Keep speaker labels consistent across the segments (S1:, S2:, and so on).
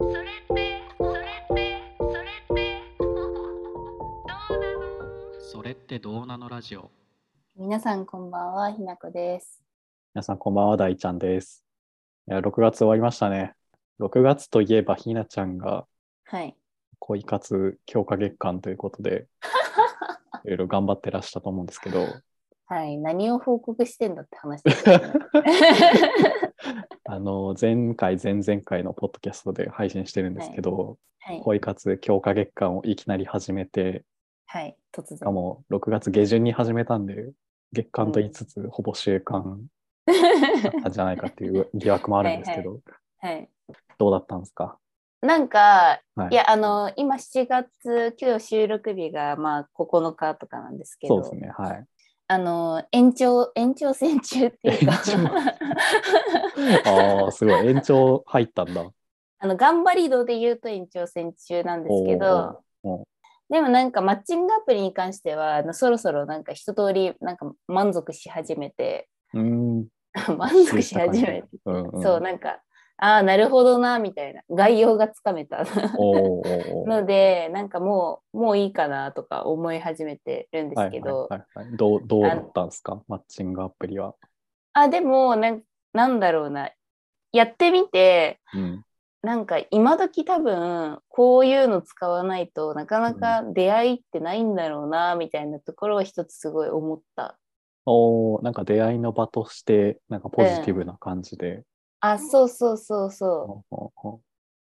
S1: ってどうなのラジオ
S2: 皆さんこんばんは、ひなこです。
S3: 皆さん、こんばんは、大ちゃんです。いや6月終わりましたね。6月といえば、ひなちゃんが
S2: はい。
S3: 恋活強化月間というこ とで、いろいろ頑張ってらしたと思うんですけど、
S2: はい。何を報告してんだって話 ですよね。
S3: あの、前回、前々回のポッドキャストで配信してるんですけど、
S2: はい。
S3: 恋活強化月間をいきなり始めて、
S2: はい。突
S3: しか
S2: 然。
S3: も6月下旬に始めたんで、月間と言いつつ、ほぼ週間だったんじゃないかっていう疑惑もあるんですけど、
S2: はい。
S3: どうだったんですか
S2: なんか、
S3: はい
S2: いや、あの、今7月、今日収録日が、まあ、9日とかなんですけ
S3: そう
S2: ど、
S3: ですね、はい。
S2: あの、延長、延長戦中っていうか、
S3: ああ、すごい。延長入ったんだ。
S2: あの、頑張り度で言うと延長戦中なんですけど
S3: おーお、
S2: でもなんかマッチングアプリに関しては、あのそろそろなんか一通りなんか満足し始めて、
S3: うーん。
S2: 満足し始めて、
S3: うんう ん、
S2: そう、なんか、ああ、なるほどな、みたいな、概要がつかめた
S3: おーおーおー
S2: ので、なんかもう、もういいかなとか思い始めてるんですけど、
S3: はいはいはいはい、どうどうだったんですかマッチングアプリは。
S2: あ、でもなん、なんだろうな、やってみて、
S3: うん、
S2: なんか今時多分こういうの使わないとなかなか出会いってないんだろうなみたいなところを一つすごい思った。
S3: おーなんか出会いの場としてなんかポジティブな感じで。
S2: あそうそうそうそう。
S3: ほうほうほ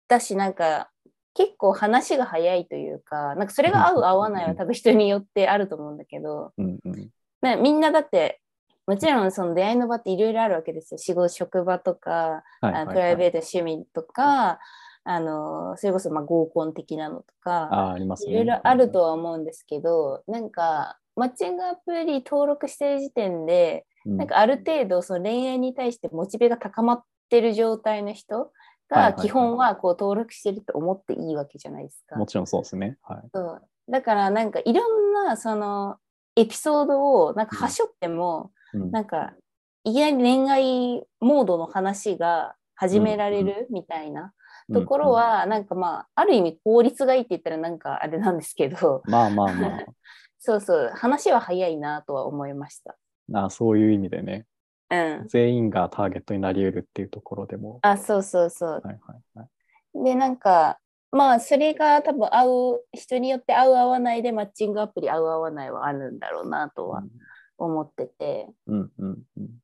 S2: だしなんか結構話が早いというかなんかそれが合う合わないは多分人によってあると思うんだけど
S3: ううんうん
S2: ねみんなだってもちろんその出会いの場っていろいろあるわけですよ仕事職場とか
S3: はいは
S2: あ
S3: いはい
S2: プライベート趣味とかあのそれこそまあ合コン的なのとか。
S3: あーあります
S2: い
S3: ね。
S2: ろいろあるとは思うんですけど、なんかマッチングアプリ登録してる時点で、
S3: うん。
S2: なんかある程度その恋愛に対してモチベが高まってる状態の人
S3: はいはい
S2: が
S3: はい
S2: 基本はこう登録してると思っていいわけじゃないですか。
S3: もちろんそうですね。はい。
S2: そうだからなんかいろんなそのエピソードをなんか端折っても、
S3: うん、
S2: なんかいきなり恋愛モードの話が始められるみたいなところは、なんかまあある意味効率がいいって言ったらなんかあれなんですけど、
S3: うん、まあまあま
S2: そうそう、話は早いなとは思いました。
S3: ああーそういう意味でね
S2: うん。
S3: 全員がターゲットになり得るっていうところでも。
S2: あ、そうそうそう。
S3: はいはいはい、
S2: で、なんか、まあ、それが多分合う、人によって合う合わないで、マッチングアプリ合う合わないはあるんだろうなとは思ってて。
S3: うんうん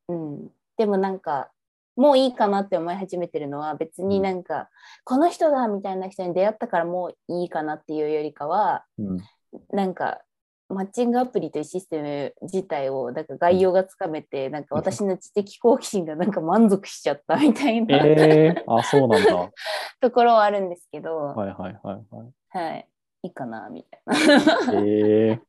S3: うん
S2: うん。でもなんか、もういいかなって思い始めてるのは別になんか、この人だみたいな人に出会ったからもういいかなっていうよりかは、
S3: うん
S2: なんかマッチングアプリというシステム自体をなんか概要がつかめて、なんか私の知的好奇心がなんか満足しちゃったみたいな、
S3: え えあ、そうなんだ。はい
S2: ところはあるんですけど、は、
S3: はいはいはい。
S2: い、いかなみたいない
S3: ええ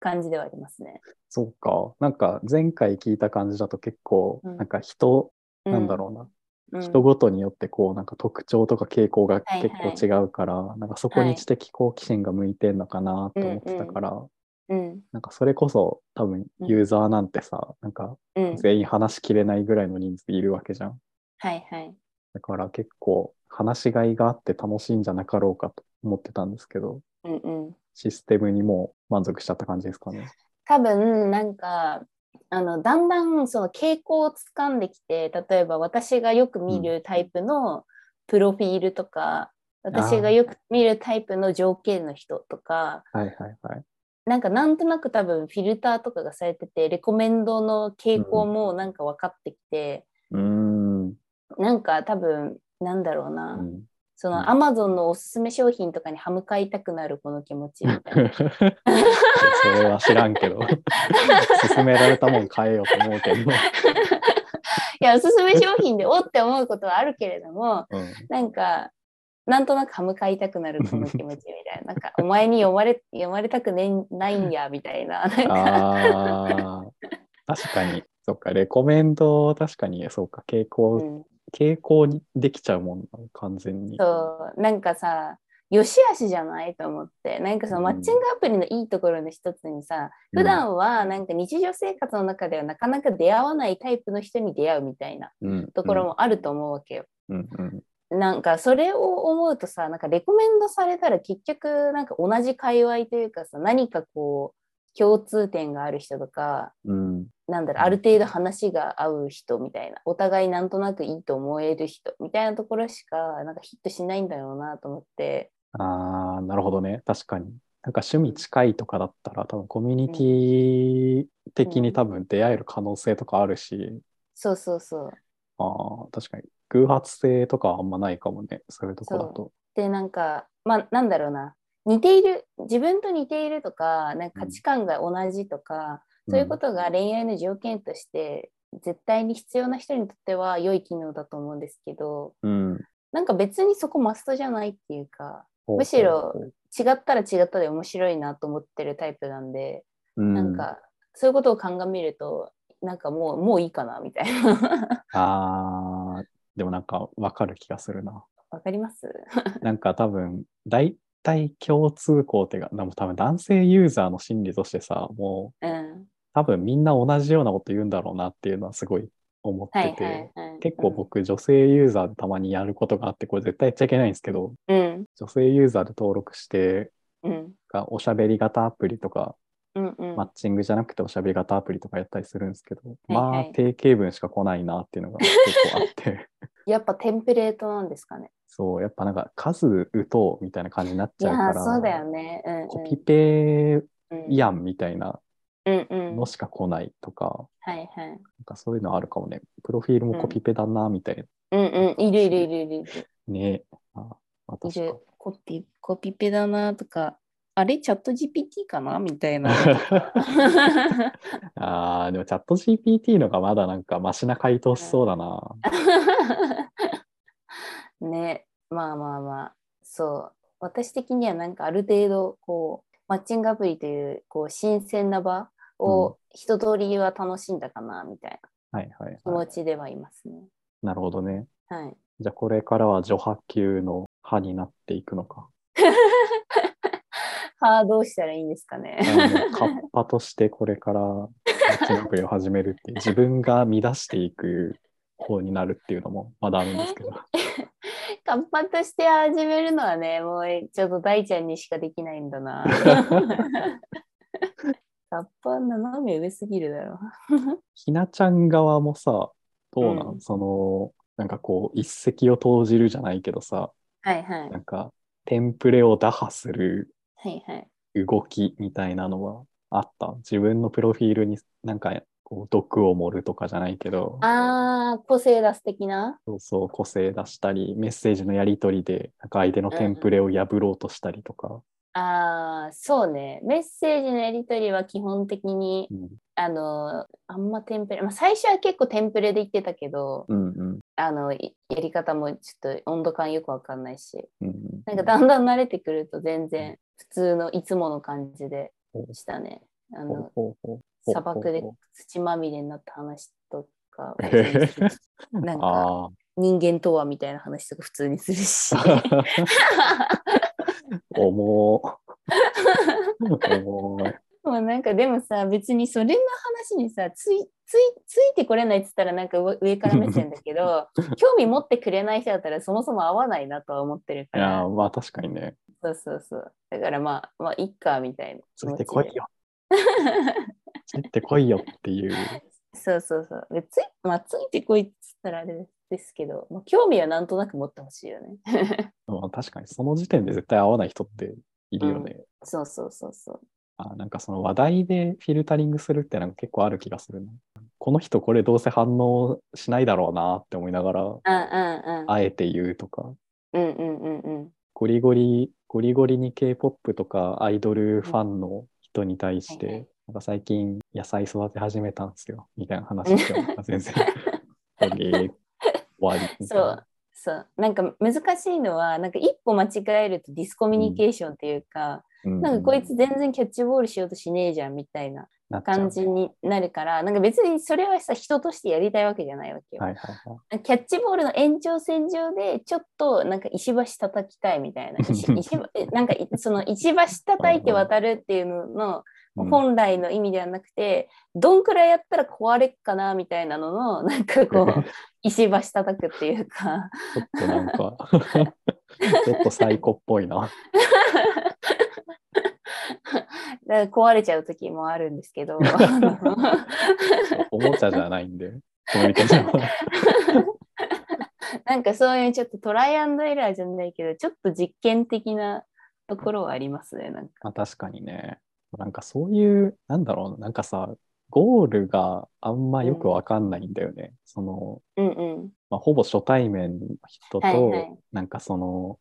S2: 感じではありますね。
S3: そうか。なんか前回聞いた感じだと結構、
S2: うん
S3: なんか人、
S2: う
S3: なんだろうな、
S2: う、うん
S3: 人ごとによってこう、なんか特徴とか傾向が
S2: はい
S3: 結構違うから、なんかそこ
S2: はい
S3: に知的好奇心が向いてんのかなと思ってたから、
S2: うん
S3: なんかそれこそ多分
S2: うん
S3: ユーザーなんてさ、なんか
S2: うん、
S3: 全員話しきれないぐらいの人数いるわけじゃん。
S2: はいはい。
S3: だから結構話しがいがあって楽しいんじゃなかろうかと思ってたんですけど、
S2: うんうん、
S3: システムにもう満足しちゃった感じですかね。
S2: 多分なんかあのだんだんその傾向をつかんできて例えば私がよく見るタイプのプロフィールとか、私がよく見るタイプの条件の人とか
S3: はいはいはい。
S2: なんかなんとなく多分フィルターとかがされててレコメンドの傾向もなんか分かってきて、
S3: うーん。
S2: なんか多分なんだろうな、
S3: うん
S2: そうの
S3: ん
S2: アマゾンのおすすめ商品とかに歯向かいたくなるこの気持ちみたい
S3: そ
S2: な。
S3: れは知らんけど。勧められたもん変えようと思うけど。
S2: いやおすすめ商品でおって思うことはあるけれども
S3: うん、
S2: なんか、なんとなく歯向かいたくなるこの気持ちみたいな、なん か、お前に読まれ読まれたくねんないんやみたいな、なんか、
S3: ああ、確かに。そっか、レコメンド、確かに、そうか、傾向、
S2: うん、
S3: 傾向にできちゃうもんな、完全に。
S2: そう、なんかさ、よしあしじゃないと思って、なんかその
S3: うん
S2: マッチングアプリのいいところの一つにさ、
S3: うん
S2: 普段はなんか日常生活の中ではなかなか出会わないタイプの人に出会うみたいな
S3: うん
S2: ところ。もあると思うわけよ。
S3: うんうん
S2: なんかそれを思うとさなんかレコメンドされたら結局なんか同じ界隈というかさ何かこう共通点がある人とか、
S3: うん。
S2: なんだろう、ある程度話が合う人みたいな、お互いなんとなくいいと思える人みたいなところしか、なんかヒットしないんだろうなと思って、
S3: ああ、なるほどね。確かに。なんか趣味近いとかだったら、多分コミュニティ的
S2: う
S3: に
S2: ん
S3: 多分出会える可能性とかあるし、
S2: そうそうそう。
S3: ああ、確かに。偶発性とかはあんまないかもね。そういうとこだと。
S2: で、なんか、まあ、なんだろうな、似ている、自分と似ているとか、なんか価値観が同じとか、そういうことが恋愛の条件として、絶対に必要な人にとっては良い機能だと思うんですけど、
S3: うん。
S2: なんか別にそこマストじゃないっていうか、
S3: ほう
S2: むしろ
S3: ほうほ
S2: 違ったら違ったで面白いなと思ってるタイプなんで、
S3: う、うん
S2: なんかそういうことを鑑みると、なんかもうもういいかなみたいな。
S3: ああ、でもなんかわかる気がするな。
S2: わかります
S3: なんか多分、大体共通項っていうか、でも多分男性ユーザーの心理としてさ、もう
S2: うん。
S3: 多分みんな同じようなこと言うんだろうなっていうのはすごい思っ
S2: は
S3: て
S2: い
S3: て、
S2: はいはい。
S3: 結構僕女性ユーザーでたまにやることがあって、これ絶対言っちゃいけないんですけど、
S2: うん。
S3: 女性ユーザーで登録して、
S2: うん。
S3: がおしゃべり型アプリとか、
S2: うんうん。
S3: マッチングじゃなくておしゃべり型アプリとかやったりするんですけど、
S2: は
S3: ま
S2: い
S3: あ
S2: はい
S3: 定型文しか来ないなっていうのが結構あって。
S2: やっぱテンプレートなんですかね。
S3: そう、やっぱなんか数打とうみたいな感じになっ
S2: い
S3: ちゃ
S2: や
S3: うか
S2: ー、
S3: ら、
S2: そうだよね。うん、うん。
S3: コピペ
S2: うん
S3: やんみたいな
S2: うんうん。
S3: のしか来ないとか、
S2: はいはい。
S3: なんかそういうのあるかもね。プロフィールもコピペだな、みたいな。
S2: うんうん。いるいるいるいるいる。
S3: ねあ、まあ
S2: い
S3: 確
S2: る
S3: か。
S2: コピコピペだなとか、あれチャット GPT かなみたい な。
S3: あーでもチャット GPT のがまだなんかマシな回答しそうだな。
S2: ね、まあまあまあ、そう。私的にはなんかある程度、こう、マッチングアプリという、こう、新鮮な場
S3: うん
S2: を一通りは楽しんだかな、みたい
S3: はいはい
S2: な気
S3: はい。
S2: 持ちではいますね。
S3: なるほどね。
S2: はい。
S3: じゃあこれからは序波級の派になっていく のか。
S2: はあ、どうしたらいいんですかね。
S3: あのカッパとしてこれからマッチングアプリを始めるっていう自分が乱していく方になるっていうのもまだあるんで すけど
S2: 活発として始めるのはね、もうちょっと大ちゃんにしかできないんだな。活発斜め上すぎるだろ。
S3: ひなちゃん側もさどうなん、
S2: うん
S3: そのなんかこう一石を投じるじゃないけどさ
S2: はいはい。
S3: なんかテンプレを打破する
S2: はいはい。
S3: 動きみたいなのはあった自分のプロフィールになんかこう毒を盛るとかじゃないけど
S2: ああ、個性出す的な。
S3: そうそう個性出したりメッセージのやり取りでなんか相手のテンプレを破ろうとしたりとか。
S2: ああ、そうね。メッセージのやり取りは基本的に、
S3: うん
S2: あの、あんまテンプレ、まあ、最初は結構テンプレで言ってたけど、
S3: うんうん
S2: あの、いやり方もちょっと温度感よくわかんないし、
S3: うんうん
S2: なんかだんだん慣れてくると全然普通のいつもの感じでしたね。あ
S3: ほう
S2: の、
S3: ほうほうほうほう
S2: 砂漠で土まみれになった話とか、
S3: へへ
S2: なんか
S3: あ
S2: 人間とはみたいな話とか普通にする し。
S3: あ 重い重い
S2: もうなんかでもさ別にそれの話にさついついついてこれないっつったらなんか上上から目線だけ ど興味持ってくれない人だったらそもそも合わないなとは思ってる
S3: い
S2: か
S3: や
S2: ら
S3: ーまあ確かにね
S2: そうそうそうだからまあまあいっかみたいな
S3: つ
S2: 気
S3: い
S2: 持ちで
S3: てこいよついてこいよっていう
S2: そうそうそうでつい,、まあ、ついてこいっつったらあれですけど、まあ、興味はなんとなく持ってほしいよね
S3: まあ確かにその時点で絶対合わない人っているよね、
S2: そうそうそうそう
S3: あなんかその話題でフィルタリングするってなんか結構ある気がするなこの人これどうせ反応しないだろうなって思いながら
S2: うんうん
S3: あえて言うとか
S2: うんうんうんうんうん
S3: ゴリゴリ、ゴリゴリに K-POP とかアイドルファンの人に対して、
S2: はいはい
S3: なんか最近野菜育て始めたんですよ、みたいな話しても、なんか全然、えー終わりみたい
S2: そ
S3: な
S2: う。そうなんか難しいのはなんか一歩間違えるとディスコミュニケーションっていうか、
S3: うん
S2: なんかこいつ全然キャッチボールしようとしねえじゃんみたいな
S3: なっちゃう
S2: 感じになるから、なんか別にそれはさ、人としてやりたいわけじゃないわけよ。
S3: はいはいはい。
S2: キャッチボールの延長線上で、ちょっとなんか石橋叩きたいみた いな。石石橋えなんかいその石橋叩いて渡るっていうのの
S3: うん
S2: 本来の意味ではなくて、どんくらいやったら壊れっかなみたいなのの、なんかこう、石橋叩くっていうか、
S3: ちょっとなんか、 ちょっとサイコっぽいな。
S2: だから壊れちゃう時もあるんですけ ど あの
S3: おもちゃじゃないんで、コミュニケーシ ョンは。
S2: なんかそういうちょっとトライアンドエラーじゃないけどちょっと実験的なところはありますねなんか
S3: まあ確かにね。なんかそういう、なんだろう、なんかさ、ゴールがあんまよくわかんないんだよね。その、
S2: うんうん
S3: まあ、ほぼ初対面の人と、
S2: はいはい
S3: なんかその、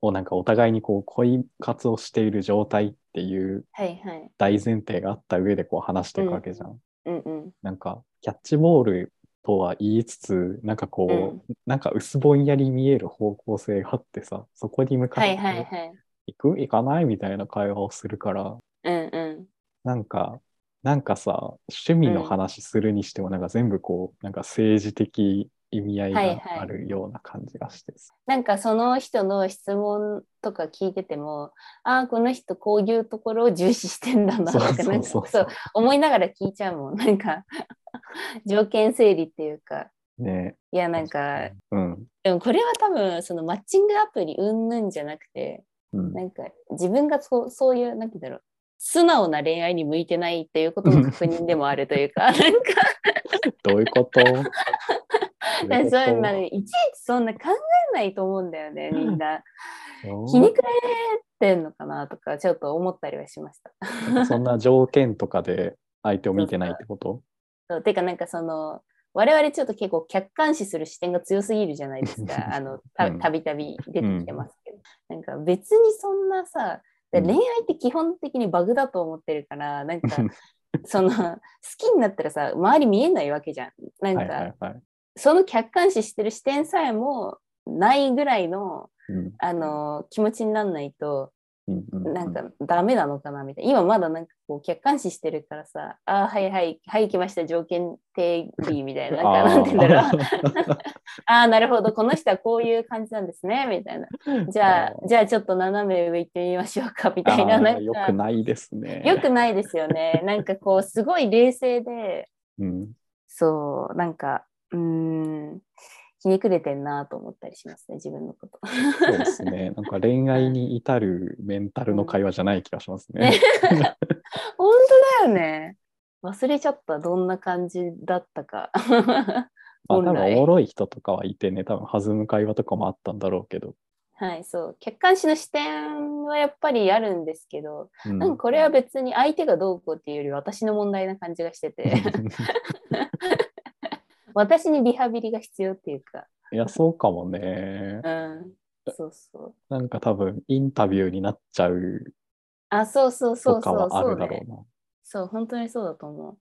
S3: おなんかお互いにこう恋活をしている状態っていう
S2: はいはい
S3: 大前提があった上でこう話していくわけじゃん。
S2: うんうん
S3: なんかキャッチボールとは言いつつなんかこう、
S2: うん
S3: なんか薄ぼんやり見える方向性があってさそこに向かっ
S2: は
S3: て
S2: いはいはい
S3: 行く行かないみたいな会話をするから
S2: うんうん
S3: なんかなんかさ趣味の話するにしてもなんか全部こうなんか政治的意味合い
S2: はいはい
S3: があるような感じがしてさ、
S2: なんかその人の質問とか聞いててもああこの人こういうところを重視してんだなとか
S3: そう
S2: な
S3: そ
S2: ん
S3: う
S2: か
S3: そ
S2: そうう思いながら聞いちゃうもんなんか 条件整理っていうか
S3: ね
S2: いやなんか
S3: うん、
S2: でもこれは多分そのマッチングアプリうんぬんじゃなくて
S3: うん、
S2: なんか自分がそうそういうなんて言うんだろう素直な恋愛に向いてないっていうことの確認でもあるというかなんか
S3: どういうこと どういう
S2: そうい
S3: こ
S2: うのいちいちそんな考えないと思うんだよねみんな。
S3: と
S2: ひねくれてんのかなとかちょっと思ったりはしました。
S3: そんな条件とかで相手を見てないってこと
S2: そうてかなんかその我々ちょっと結構客観視する視点が強すぎるじゃないですかあ のた
S3: うん
S2: たびたび出てきてますけど、なんか別にそんなさだから恋愛って基本的にバグだと思ってるから、なんかその好きになったらさ周り見えないわけじゃんなんか、
S3: はいはいはい。
S2: その客観視してる視点さえもないぐらいの
S3: うん
S2: あの気持ちになんないと
S3: うんうんうん
S2: なんかダメなのかなみたいな今まだなんかこう客観視してるからさあーはいはいはい来ました条件定義みたいななんかなんて言うんだ ろうああなるほどこの人はこういう感じなんですねみた いなじゃあ
S3: あ
S2: じゃあちょっと斜め上行ってみましょうかみ
S3: あ
S2: たいな
S3: ー
S2: なん
S3: よ
S2: か
S3: くないですね。
S2: よくないですよねなんかこうすごい冷静で
S3: うん、
S2: そうなんかうーんひねくれてんなと思ったりしますね自分のこと。
S3: そうで すね。なんか恋愛に至るメンタルの会話じゃない気がしますね。
S2: 本当だよね。忘れちゃった。どんな感じだったか。
S3: まあ、多
S2: 本
S3: 分お
S2: 来
S3: もろい人とかはいてね、多分弾む会話とかもあったんだろうけど。
S2: はい、そう。客観視の視点はやっぱりあるんですけど、
S3: うん
S2: なんかこれは別に相手がどうこうっていうより私の問題な感じがしてて、 私にリハビリが必要っていうか、
S3: いや、そうかもね。
S2: うん。そうそう。
S3: なんか多分インタビューになっちゃう
S2: あ、そうそうそう
S3: とか
S2: そう
S3: はあ
S2: そう、
S3: るだろうな。
S2: ね。そう、本当にそうだ と思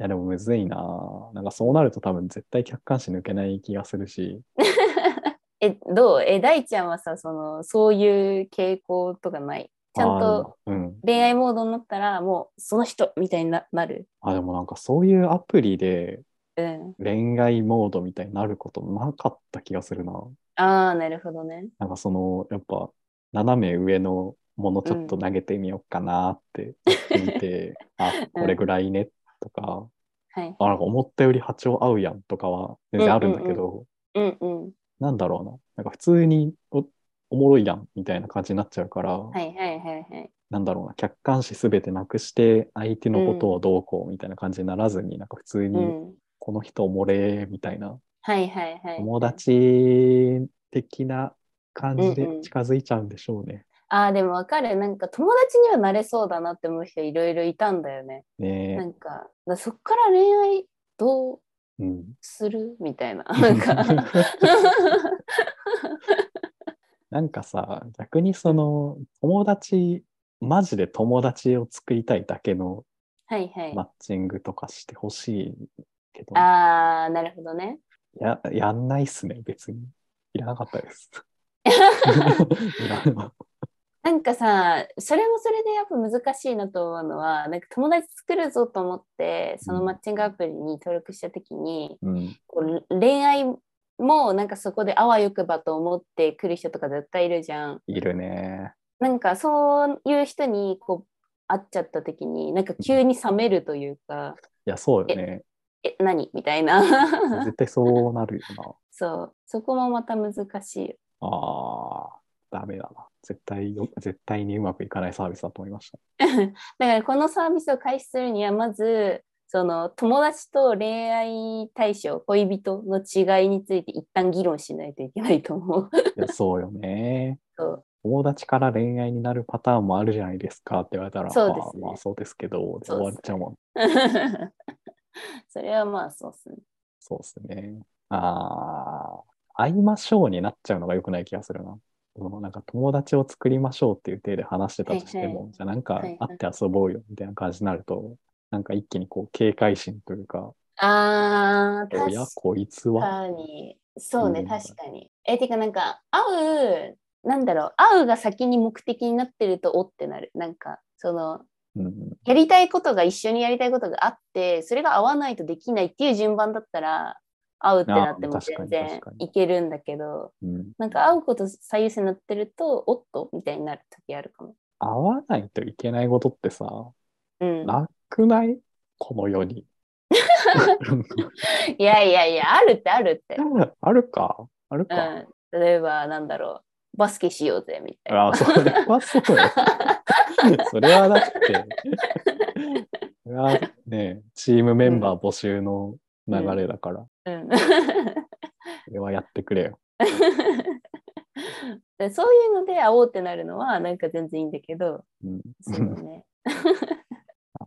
S3: いやでもむずいなぁなんかそうなると多分絶対客観視抜けない気がするし、
S2: う。え、どうえ、大ちゃんはさ、その、そういう傾向とかないちゃんと
S3: あー、うん。
S2: 恋愛モードになったらもうその人みたいにななる。
S3: あ、でもなんかそういうアプリで
S2: うん、
S3: 恋愛モードみたいになることなかった気がするな
S2: ああなるほどね。
S3: なんかその、やっぱ斜め上のものちょっと投げてみようかなって見 て、あ、これぐらいねとか、
S2: はい。
S3: あ、なんか思ったより波長合うやんとかは全然あるんだけど、
S2: うんうん。
S3: なんだろうな。なんか普通におおもろいやんみたいな感じになっちゃうから、
S2: はいはいはいはい。
S3: なんだろうな、客観視すべてなくして、相手のことをどうこうみたいな感じにならずに、なんか普通
S2: う
S3: に、
S2: ん。
S3: この人おもれみたいな、
S2: はいはいはい。
S3: 友達的な感じ
S2: うんう
S3: で
S2: ん
S3: 近づいちゃうんでしょうね。
S2: ああでもわかる。なんか友達にはなれそうだなって思う人いろいろいたんだよね。
S3: ね
S2: なんかだからそっから恋愛どう
S3: え。うん。
S2: するみたいな。なん か。
S3: なんかさ、逆にその、友達、マジで友達を作りたいだけの
S2: はいはい。
S3: マッチングとかしてほしいけど、
S2: ああなるほどね。
S3: ややんないっすね、別に。いらなかった です。いらな
S2: なんかさそれもそれでやっぱ難しいなと思うのはなんか友達作るぞと思ってそのマッチングアプリに登録した時に、
S3: うん、
S2: こう恋愛もなんかそこであわよくばと思ってくる人とか絶対いるじゃん。
S3: いるね。
S2: なんかそういう人にこう会っちゃった時になんか急に冷めるというか
S3: いや、そうよね。
S2: え何みたいな
S3: 絶対そうなるよ
S2: そうそこもまた難しいよ
S3: な。ああ、ダメだな。絶対よ、絶対にうまくいかないサービスだと思いました。
S2: だからこのサービスを開始するにはまずその友達と恋愛対象恋人の違いについて一旦議論しないといけないと 思う。
S3: いや、そうよね。
S2: そう
S3: 友達から恋愛になるパターンもあるじゃないですかって言われたら、
S2: そうですね
S3: まあまあそうですけど、で
S2: そうっす
S3: 終わっちゃうもん。
S2: それはまあそうっすね。
S3: そうですね。ああ、会いましょうになっちゃうのが良くない気がするな。そのなんか友達を作りましょうっていう体で話してたとしても、
S2: はいは
S3: じゃあなんか
S2: はい
S3: 会
S2: はい
S3: って遊ぼうよみたいな感じになると、なんか一気にこう警戒心というか、
S2: ああ
S3: おや、こいつは。
S2: 確かに。そうね、
S3: うん
S2: 確かに。え、てか、なんか、会う、なんだろう、会うが先に目的になってると、おってなる。なんか、その、
S3: うん、
S2: やりたいことが一緒にやりたいことがあって、それが合わないとできないっていう順番だったら、会うってなって
S3: あ
S2: も
S3: 確か
S2: 全
S3: に
S2: 然
S3: 確かに
S2: いけるんだけど、
S3: うん。
S2: なんか会うこと最優先になってると、おっとみたいになる時あるかも。
S3: 会わないといけないことってさ、
S2: うん。
S3: なくないこの 世に。
S2: いやいやいや、あるってあるって。
S3: あるかある
S2: う
S3: か、
S2: ん。例えば、なんだろう、バスケしようぜ、みたいな。
S3: あ、それはそう よ。それはだって、それはね、チームメンバー募集の流れだから、
S2: うん。
S3: それはやってくれよ。
S2: でそういうので会おうってなるのはなんか全然いいんだけど、
S3: うん、
S2: そうだね。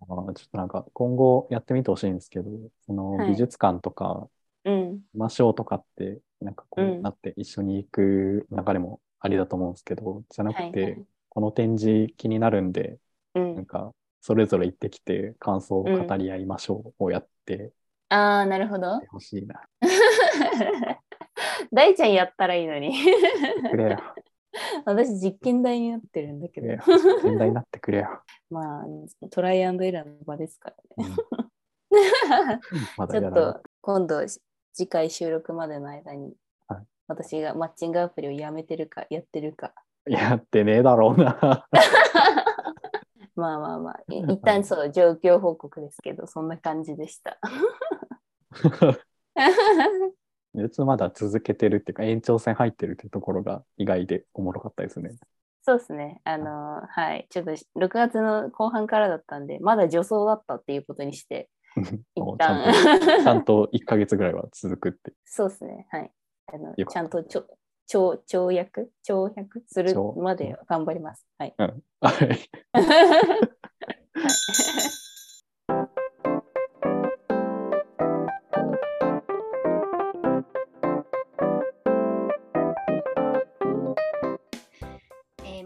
S3: あーちょっとなんか今後やってみてほしいんですけど、その
S2: はい
S3: 美術館とか、
S2: うん。
S3: ましょうとかって、なんかこ
S2: うん
S3: うなって一緒に行く流れもありだと思うんですけど、じゃなくて、
S2: はいはい
S3: この展示気になるんで、
S2: う
S3: なん
S2: ん。
S3: かそれぞれ行ってきて感想を語り合いましょうをやって
S2: ああ、なるほど。
S3: ほし いな。
S2: 大ちゃんやったらいいのに。
S3: くれよ。
S2: 私実験台になってるんだけど
S3: くれよ。現代になってくれよ。
S2: まあ、トライアンドエラーの場ですか
S3: うん
S2: らね。
S3: まだ
S2: ち
S3: や
S2: ょ
S3: ら
S2: っ
S3: ない
S2: と今度次回収録までの間に、
S3: はい
S2: 私がマッチングアプリをやめてるかやってるか。
S3: やってねえだろうな。
S2: まあまあまあ、い一旦そう、状況報告ですけど、そんな感じで した。
S3: 別にまだ続けてるっていうか延長戦入ってるっていうところが意外でおもろかったですね。
S2: そうですね。あのーはい。ちょっと6月の後半からだったんで、まだ女装だったっていうことにして、一
S3: もうちゃんと
S2: 旦。
S3: ちゃんと1ヶ月ぐらいは続くって
S2: そうですね。はい。あの
S3: よ
S2: ち
S3: か
S2: ゃ
S3: っ
S2: んとちょ跳跳躍跳躍する
S3: 跳
S2: まで頑張ります。はい。
S3: はい。
S1: えー